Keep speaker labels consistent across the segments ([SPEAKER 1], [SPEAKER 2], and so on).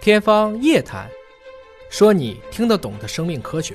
[SPEAKER 1] 天方夜谭，说你听得懂的生命科学。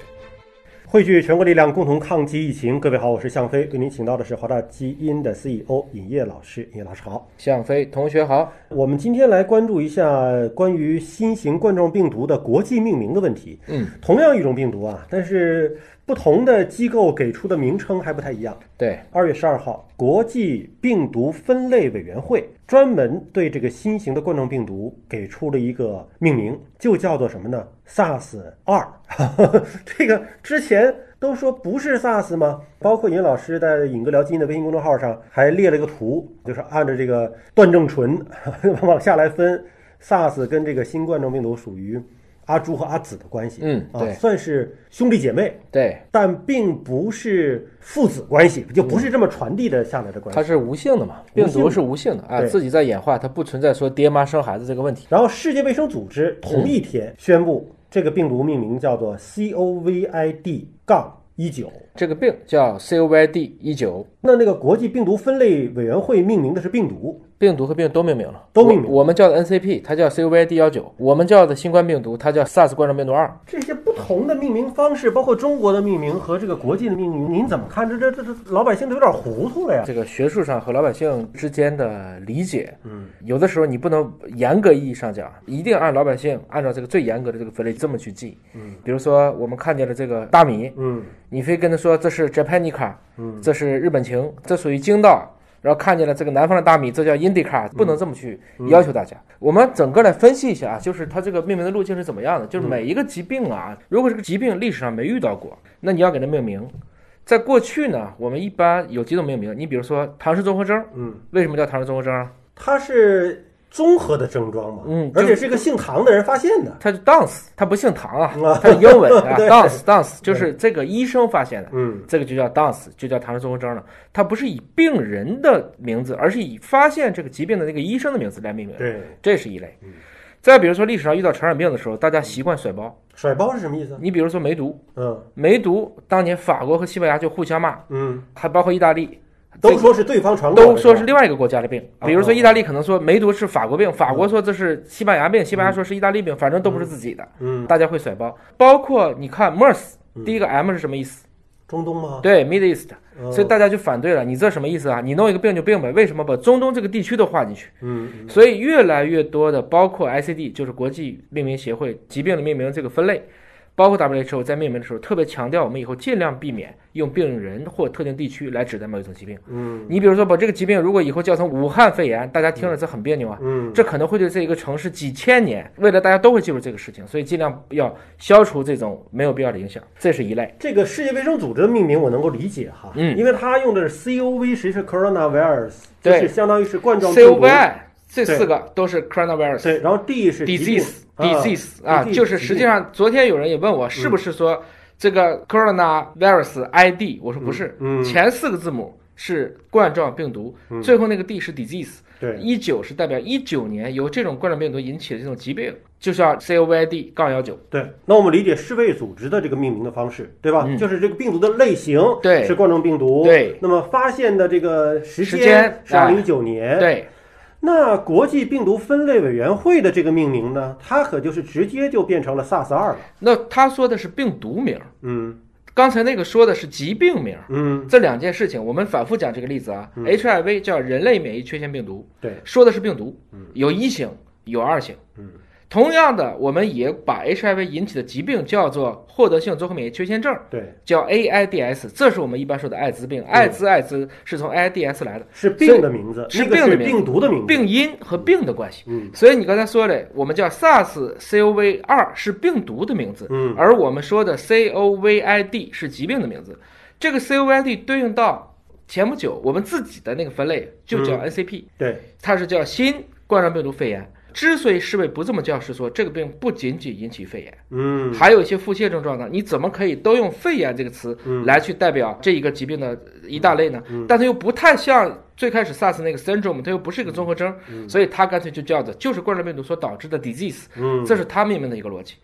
[SPEAKER 2] 汇聚全国力量，共同抗击疫情。各位好，我是向飞，为您请到的是华大基因的 CEO 尹烨老师。尹烨老师好，
[SPEAKER 3] 向飞同学好。
[SPEAKER 2] 我们今天来关注一下关于新型冠状病毒的国际命名的问题。
[SPEAKER 3] 嗯，
[SPEAKER 2] 同样一种病毒啊，但是不同的机构给出的名称还不太一样。
[SPEAKER 3] 对，
[SPEAKER 2] 二月十二号，国际病毒分类委员会专门对这个新型的冠状病毒给出了一个命名，就叫做什么呢？SARS 二。 这个之前都说不是 SARS 吗？包括尹老师在“尹哥聊基因”的微信公众号上还列了个图，就是按照这个段正淳 往下来分，SARS 跟这个新冠状病毒属于阿朱和阿紫的关系。
[SPEAKER 3] 嗯
[SPEAKER 2] 啊，
[SPEAKER 3] 对
[SPEAKER 2] 算是兄弟姐妹。
[SPEAKER 3] 对，
[SPEAKER 2] 但并不是父子关系，就不是这么传递的下来的关系。
[SPEAKER 3] 它是无性的嘛，
[SPEAKER 2] 无
[SPEAKER 3] 病
[SPEAKER 2] 性的
[SPEAKER 3] 毒是无性的啊，
[SPEAKER 2] 对
[SPEAKER 3] 自己在演化，它不存在说爹妈生孩子这个问题。
[SPEAKER 2] 然后，世界卫生组织同一天宣布，这个病毒命名叫做 COVID-19 杠一九。
[SPEAKER 3] 这个病叫 COVID 一九，
[SPEAKER 2] 那那个国际病毒分类委员会命名的是病毒，
[SPEAKER 3] 病毒和病都命名了，
[SPEAKER 2] 都命名
[SPEAKER 3] 我。我们叫的 NCP，它叫 COVID 幺九；我们叫的新冠病毒，它叫 SARS 冠状病毒二。
[SPEAKER 2] 这些不同的命名方式，包括中国的命名和这个国际的命名，您怎么看？这这这这老百姓都有点糊涂了呀。
[SPEAKER 3] 这个学术上和老百姓之间的理解，嗯，有的时候你不能严格意义上讲，一定按老百姓按照这个最严格的这个分类这么去记，嗯，比如说我们看见了这个大米，
[SPEAKER 2] 嗯，
[SPEAKER 3] 你非跟他说这是 Japanica，嗯，这是日本情，这属于京道。然后看见了这个南方的大米，这叫 Indica，不能这么去要求大家。我们整个来分析一下啊，就是它这个命名的路径是怎么样的。就是每一个疾病啊，如果这个疾病历史上没遇到过，那你要给它命名。在过去呢，我们一般有几种命名，你比如说唐氏综合征，
[SPEAKER 2] 嗯，
[SPEAKER 3] 为什么叫唐氏综合征啊？
[SPEAKER 2] 它是综合的症状嘛，
[SPEAKER 3] 嗯就
[SPEAKER 2] 而且是一个姓唐的人发现的，
[SPEAKER 3] 它是 Dance，它不姓唐啊
[SPEAKER 2] 嗯啊，
[SPEAKER 3] 它是英文啊
[SPEAKER 2] 对
[SPEAKER 3] ，Dance Dance 就是这个医生发现的，
[SPEAKER 2] 嗯，
[SPEAKER 3] 这个就叫 Dance，就叫唐氏综合征了。它不是以病人的名字，而是以发现这个疾病的那个医生的名字来命名，
[SPEAKER 2] 对，
[SPEAKER 3] 这是一类。
[SPEAKER 2] 嗯
[SPEAKER 3] 再比如说历史上遇到传染病的时候，大家习惯甩包。
[SPEAKER 2] 甩包是什么意思？
[SPEAKER 3] 你比如说梅毒，
[SPEAKER 2] 嗯
[SPEAKER 3] 梅毒当年法国和西班牙就互相骂，
[SPEAKER 2] 嗯，
[SPEAKER 3] 还包括意大利，
[SPEAKER 2] 都说是对方传过来的，
[SPEAKER 3] 都说是另外一个国家的病。
[SPEAKER 2] 啊
[SPEAKER 3] 比如说意大利可能说梅毒是法国病，法国说这是西班牙病，西班牙说是意大利病，反正都不是自己的。
[SPEAKER 2] 嗯，
[SPEAKER 3] 大家会甩包。包括你看 MERS，第一个 M 是什么意思？
[SPEAKER 2] 中东吗？
[SPEAKER 3] 对，Middle East，
[SPEAKER 2] 嗯
[SPEAKER 3] 所以大家就反对了。你这什么意思啊？你弄一个病就病呗，为什么把中东这个地区都划进去？
[SPEAKER 2] 嗯，
[SPEAKER 3] 所以越来越多的，包括 ICD，就是国际命名协会疾病的命名这个分类，包括 WHO 在命名的时候特别强调，我们以后尽量避免用病人或特定地区来指代某一种疾病。
[SPEAKER 2] 嗯
[SPEAKER 3] 你比如说，把这个疾病如果以后叫成武汉肺炎，大家听了这很别扭啊。
[SPEAKER 2] 嗯，
[SPEAKER 3] 这可能会对这一个城市几千年，未来大家都会记住这个事情，所以尽量要消除这种没有必要的影响，这是一类。
[SPEAKER 2] 这个世界卫生组织的命名我能够理解哈，
[SPEAKER 3] 嗯
[SPEAKER 2] 因为它用的是 COV，实际是 coronavirus，
[SPEAKER 3] 对
[SPEAKER 2] 就是相当于是冠状病毒
[SPEAKER 3] COVI 这四个都是 coronavirus
[SPEAKER 2] 对，然后 D 是疾病
[SPEAKER 3] disease disease 啊，
[SPEAKER 2] disease，
[SPEAKER 3] 就是实际上昨天有人也问我是
[SPEAKER 2] 嗯
[SPEAKER 3] 不是说这个 coronavirus ID，我说不是，
[SPEAKER 2] 嗯嗯
[SPEAKER 3] 前四个字母是冠状病毒，最后那个 D 是 disease，
[SPEAKER 2] 对，
[SPEAKER 3] 一九是代表一九年由这种冠状病毒引起的这种疾病，就叫 COVID 杠幺九。
[SPEAKER 2] 对，那我们理解世卫组织的这个命名的方式，对吧？
[SPEAKER 3] 嗯
[SPEAKER 2] 就是这个病毒的类型，
[SPEAKER 3] 对
[SPEAKER 2] 是冠状病毒，
[SPEAKER 3] 对。
[SPEAKER 2] 那么发现的这个时
[SPEAKER 3] 时间
[SPEAKER 2] 是二
[SPEAKER 3] 哎
[SPEAKER 2] 零一九年，
[SPEAKER 3] 对，
[SPEAKER 2] 那国际病毒分类委员会的这个命名呢，它可就是直接就变成了 SARS 二了。
[SPEAKER 3] 那他说的是病毒名，
[SPEAKER 2] 嗯
[SPEAKER 3] 刚才那个说的是疾病名，
[SPEAKER 2] 嗯，
[SPEAKER 3] 这两件事情我们反复讲这个例子啊。HIV 叫人类免疫缺陷病毒，
[SPEAKER 2] 对，
[SPEAKER 3] 说的是病毒，有一型，有二型。
[SPEAKER 2] 嗯，
[SPEAKER 3] 同样的，我们也把 HIV 引起的疾病叫做获得性综合免疫缺陷症，
[SPEAKER 2] 对，
[SPEAKER 3] 叫 AIDS，这是我们一般说的艾滋病。艾滋艾滋是从 AIDS 来的，
[SPEAKER 2] 是病的名字，
[SPEAKER 3] 是
[SPEAKER 2] 嗯呃那个
[SPEAKER 3] 病的
[SPEAKER 2] 是
[SPEAKER 3] 名字
[SPEAKER 2] 病毒的名字。
[SPEAKER 3] 病因和病的关系。
[SPEAKER 2] 嗯，
[SPEAKER 3] 所以你刚才说的，我们叫 SARS-CoV 二是病毒的名字，
[SPEAKER 2] 嗯，
[SPEAKER 3] 而我们说的 COVID 是疾病的名字。这个 COVID 对应到前不久我们自己的那个分类就
[SPEAKER 2] 嗯
[SPEAKER 3] 叫 NCP，、
[SPEAKER 2] 对，
[SPEAKER 3] 它是叫新冠状病毒肺炎。之所以世卫不这么叫，是说这个病不仅仅引起肺炎，
[SPEAKER 2] 嗯
[SPEAKER 3] 还有一些腹泻症状呢。你怎么可以都用肺炎这个词
[SPEAKER 2] 嗯
[SPEAKER 3] 来去代表这一个疾病的一大类呢？但它又不太像最开始 SARS 那个 syndrome，它又不是一个综合征，所以它干脆就叫做就是冠状病毒所导致的 disease，
[SPEAKER 2] 嗯
[SPEAKER 3] 这是它命名的一个逻辑。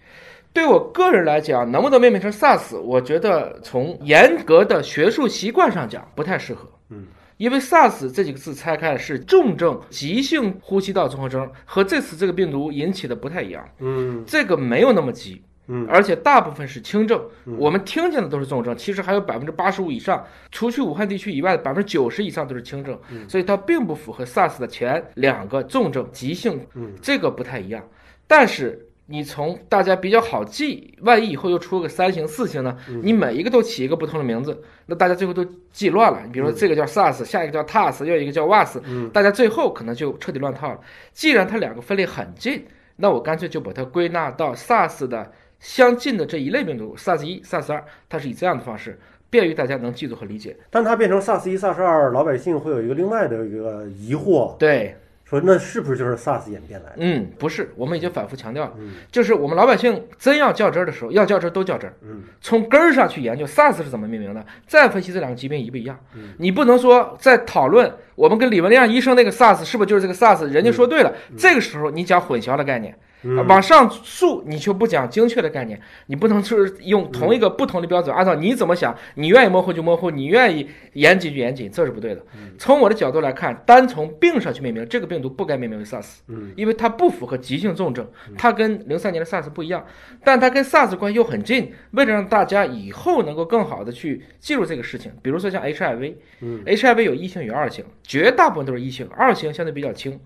[SPEAKER 3] 对我个人来讲，能不能命名成 SARS，我觉得从严格的学术习惯上讲不太适合。
[SPEAKER 2] 嗯，
[SPEAKER 3] 因为 SARS 这几个字拆开是重症急性呼吸道综合征，和这次这个病毒引起的不太一样。
[SPEAKER 2] 嗯
[SPEAKER 3] 这个没有那么急，
[SPEAKER 2] 嗯
[SPEAKER 3] 而且大部分是轻症，我们听见的都是重症，其实还有百分之八十五以上，除去武汉地区以外的百分之九十以上都是轻症，
[SPEAKER 2] 嗯
[SPEAKER 3] 所以它并不符合 SARS 的前两个重症急性，
[SPEAKER 2] 嗯
[SPEAKER 3] 这个不太一样，但是。你从大家比较好记，万一以后又出个三型、四型呢？
[SPEAKER 2] 嗯
[SPEAKER 3] 你每一个都起一个不同的名字，那大家最后都记乱了。你
[SPEAKER 2] 嗯
[SPEAKER 3] 比如说这个叫 SARS，下一个叫 TARS，又一个叫 WAS，大家最后可能就彻底乱套了。既然它两个分类很近，那我干脆就把它归纳到 SARS 的相近的这一类病毒，SARS 一、SARS 二，它是以这样的方式，便于大家能记住和理解。
[SPEAKER 2] 当它变成 SARS 一、SARS 二，老百姓会有一个另外的一个疑惑，
[SPEAKER 3] 对，
[SPEAKER 2] 说那是不是就是 SARS 演变来的？
[SPEAKER 3] 嗯，不是，我们已经反复强调了，就是我们老百姓真要较真儿的时候，要较真儿都较真儿，
[SPEAKER 2] 嗯，
[SPEAKER 3] 从根儿上去研究 SARS 是怎么命名的，再分析这两个疾病一不一样。你不能说在讨论我们跟李文亮医生那个 SARS 是不是就是这个 SARS，人家说对了，这个时候你讲混淆的概念。
[SPEAKER 2] 嗯
[SPEAKER 3] 啊往上溯，你就不讲精确的概念，你不能就是用同一个不同的标准，按照你怎么想，你愿意模糊就模糊，你愿意严谨就严谨，这是不对的。从我的角度来看，单从病上去命名，这个病毒不该命名为 SARS，
[SPEAKER 2] 嗯，
[SPEAKER 3] 因为它不符合急性重症，它跟零三年的 SARS 不一样，但它跟 SARS 关系又很近，为了让大家以后能够更好的去记住这个事情，比如说像 HIV，
[SPEAKER 2] 嗯
[SPEAKER 3] ，HIV 有一型与二型，绝大部分都是一型，二型相对比较轻，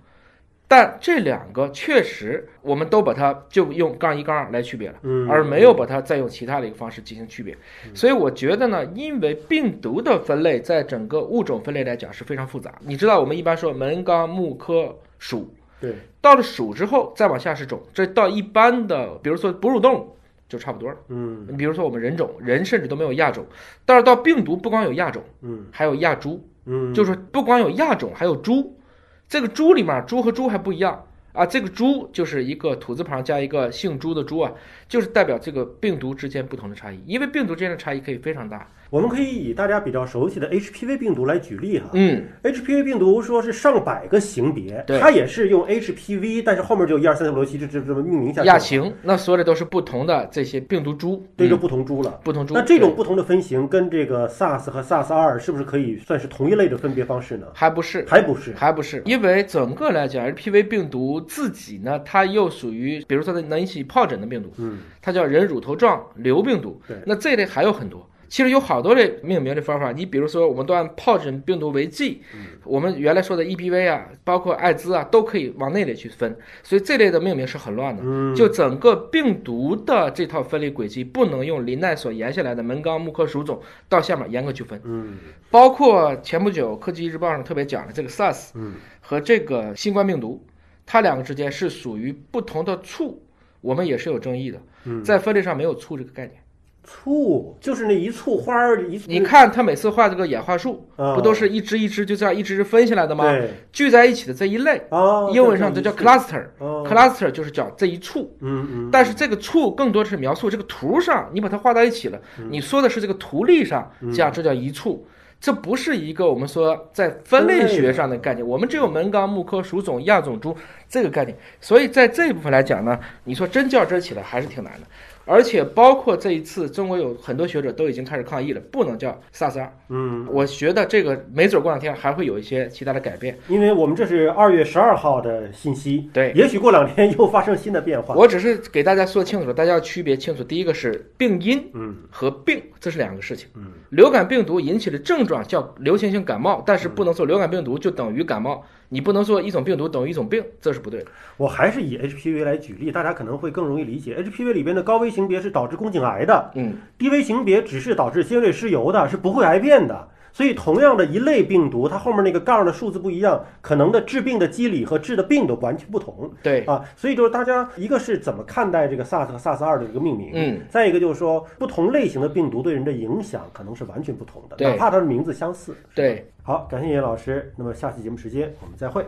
[SPEAKER 3] 但这两个确实我们都把它就用杠一杠二来区别了。
[SPEAKER 2] 嗯，
[SPEAKER 3] 而没有把它再用其他的一个方式进行区别。所以我觉得呢，因为病毒的分类在整个物种分类来讲是非常复杂。你知道，我们一般说门纲目科属，
[SPEAKER 2] 对，
[SPEAKER 3] 到了属之后再往下是种，这到一般的，比如说哺乳动物就差不多了。
[SPEAKER 2] 嗯
[SPEAKER 3] 你比如说我们人种，人甚至都没有亚种，但是到病毒不光有亚种，
[SPEAKER 2] 嗯
[SPEAKER 3] 还有亚株。
[SPEAKER 2] 嗯，
[SPEAKER 3] 就是不光有亚种，还有猪。这个猪里面，猪和猪还不一样啊。这个猪就是一个土字旁加一个姓朱的朱啊，就是代表这个病毒之间不同的差异，因为病毒之间的差异可以非常大。
[SPEAKER 2] 我们可以以大家比较熟悉的 HPV 病毒来举例哈。
[SPEAKER 3] 嗯，
[SPEAKER 2] HPV 病毒说是上百个型别，
[SPEAKER 3] 对
[SPEAKER 2] 它也是用 HPV，但是后面就一二三四五六七这这这么命名下去了，
[SPEAKER 3] 亚型，那说的都是不同的这些病毒株，
[SPEAKER 2] 对，就
[SPEAKER 3] 嗯
[SPEAKER 2] 不同株了。
[SPEAKER 3] 不同株。
[SPEAKER 2] 那这种
[SPEAKER 3] 对
[SPEAKER 2] 不同的分型跟这个 SARS 和 SARS 二是不是可以算是同一类的分别方式呢？
[SPEAKER 3] 还不是。
[SPEAKER 2] 还不是，
[SPEAKER 3] 还不是，因为整个来讲，HPV 病毒自己呢，它又属于，比如说它能引起疱疹的病毒，
[SPEAKER 2] 嗯，
[SPEAKER 3] 它叫人乳头状瘤病毒
[SPEAKER 2] 对。
[SPEAKER 3] 那这类还有很多，其实有好多类命名的方法。你比如说，我们都按疱疹病毒为剂，
[SPEAKER 2] 嗯
[SPEAKER 3] 我们原来说的 EBV 啊，包括艾滋啊，都可以往那类去分。所以这类的命名是很乱的。
[SPEAKER 2] 嗯
[SPEAKER 3] 就整个病毒的这套分类轨迹，不能用林奈所沿下来的门纲目科属种到下面严格区分。
[SPEAKER 2] 嗯
[SPEAKER 3] 包括前不久《科技日报》上特别讲的这个 SARS
[SPEAKER 2] 嗯
[SPEAKER 3] 和这个新冠病毒，它两个之间是属于不同的处，我们也是有争议的，
[SPEAKER 2] 嗯
[SPEAKER 3] 在分类上没有处这个概念。
[SPEAKER 2] 簇就是那一簇花儿一簇，
[SPEAKER 3] 你看它每次画这个演化树，
[SPEAKER 2] 啊
[SPEAKER 3] 不都是一只一只就这样一只只分下来的吗？
[SPEAKER 2] 对
[SPEAKER 3] 聚在一起的这一类，
[SPEAKER 2] 啊，
[SPEAKER 3] 英文上
[SPEAKER 2] 这
[SPEAKER 3] 都叫
[SPEAKER 2] 一簇哦
[SPEAKER 3] cluster，cluster 就是叫这一处。
[SPEAKER 2] 嗯嗯，
[SPEAKER 3] 但是这个处更多的是描述这个图上，你把它画到一起了，你说的是这个图例上，这样这叫一处。这不是一个我们说在分类学上的概念，我们只有门纲目科属种亚种株这个概念，所以在这一部分来讲呢，你说真较真儿起来还是挺难的，而且包括这一次中国有很多学者都已经开始抗议了，不能叫 SARS 二，
[SPEAKER 2] 嗯，
[SPEAKER 3] 我觉得这个没准儿过两天还会有一些其他的改变，
[SPEAKER 2] 因为我们这是二月十二号的信息，
[SPEAKER 3] 对
[SPEAKER 2] 也许过两天又发生新的变化。
[SPEAKER 3] 我只是给大家说清楚，大家要区别清楚。第一个是病因
[SPEAKER 2] 嗯
[SPEAKER 3] 和病，这是两个事情。
[SPEAKER 2] 嗯，
[SPEAKER 3] 流感病毒引起的症状叫流行性感冒，但是不能说流感病毒就等于感冒，你不能说一种病毒等于一种病，这是不对的。
[SPEAKER 2] 我还是以 HPV 来举例，大家可能会更容易理解。HPV 里边的高危型别是导致宫颈癌的，
[SPEAKER 3] 嗯，
[SPEAKER 2] 低危型别只是导致尖锐湿疣的，是不会癌变的。所以，同样的一类病毒，它后面那个杠的数字不一样，可能的治病的机理和治的病都完全不同。
[SPEAKER 3] 对，
[SPEAKER 2] 啊，所以就是大家一个是怎么看待这个 SARS 和 SARS 二的这个命名，
[SPEAKER 3] 嗯，
[SPEAKER 2] 再一个就是说不同类型的病毒对人的影响可能是完全不同的，
[SPEAKER 3] 对
[SPEAKER 2] 哪怕它的名字相似。
[SPEAKER 3] 对。
[SPEAKER 2] 好，感谢叶老师，那么下期节目时间我们再会。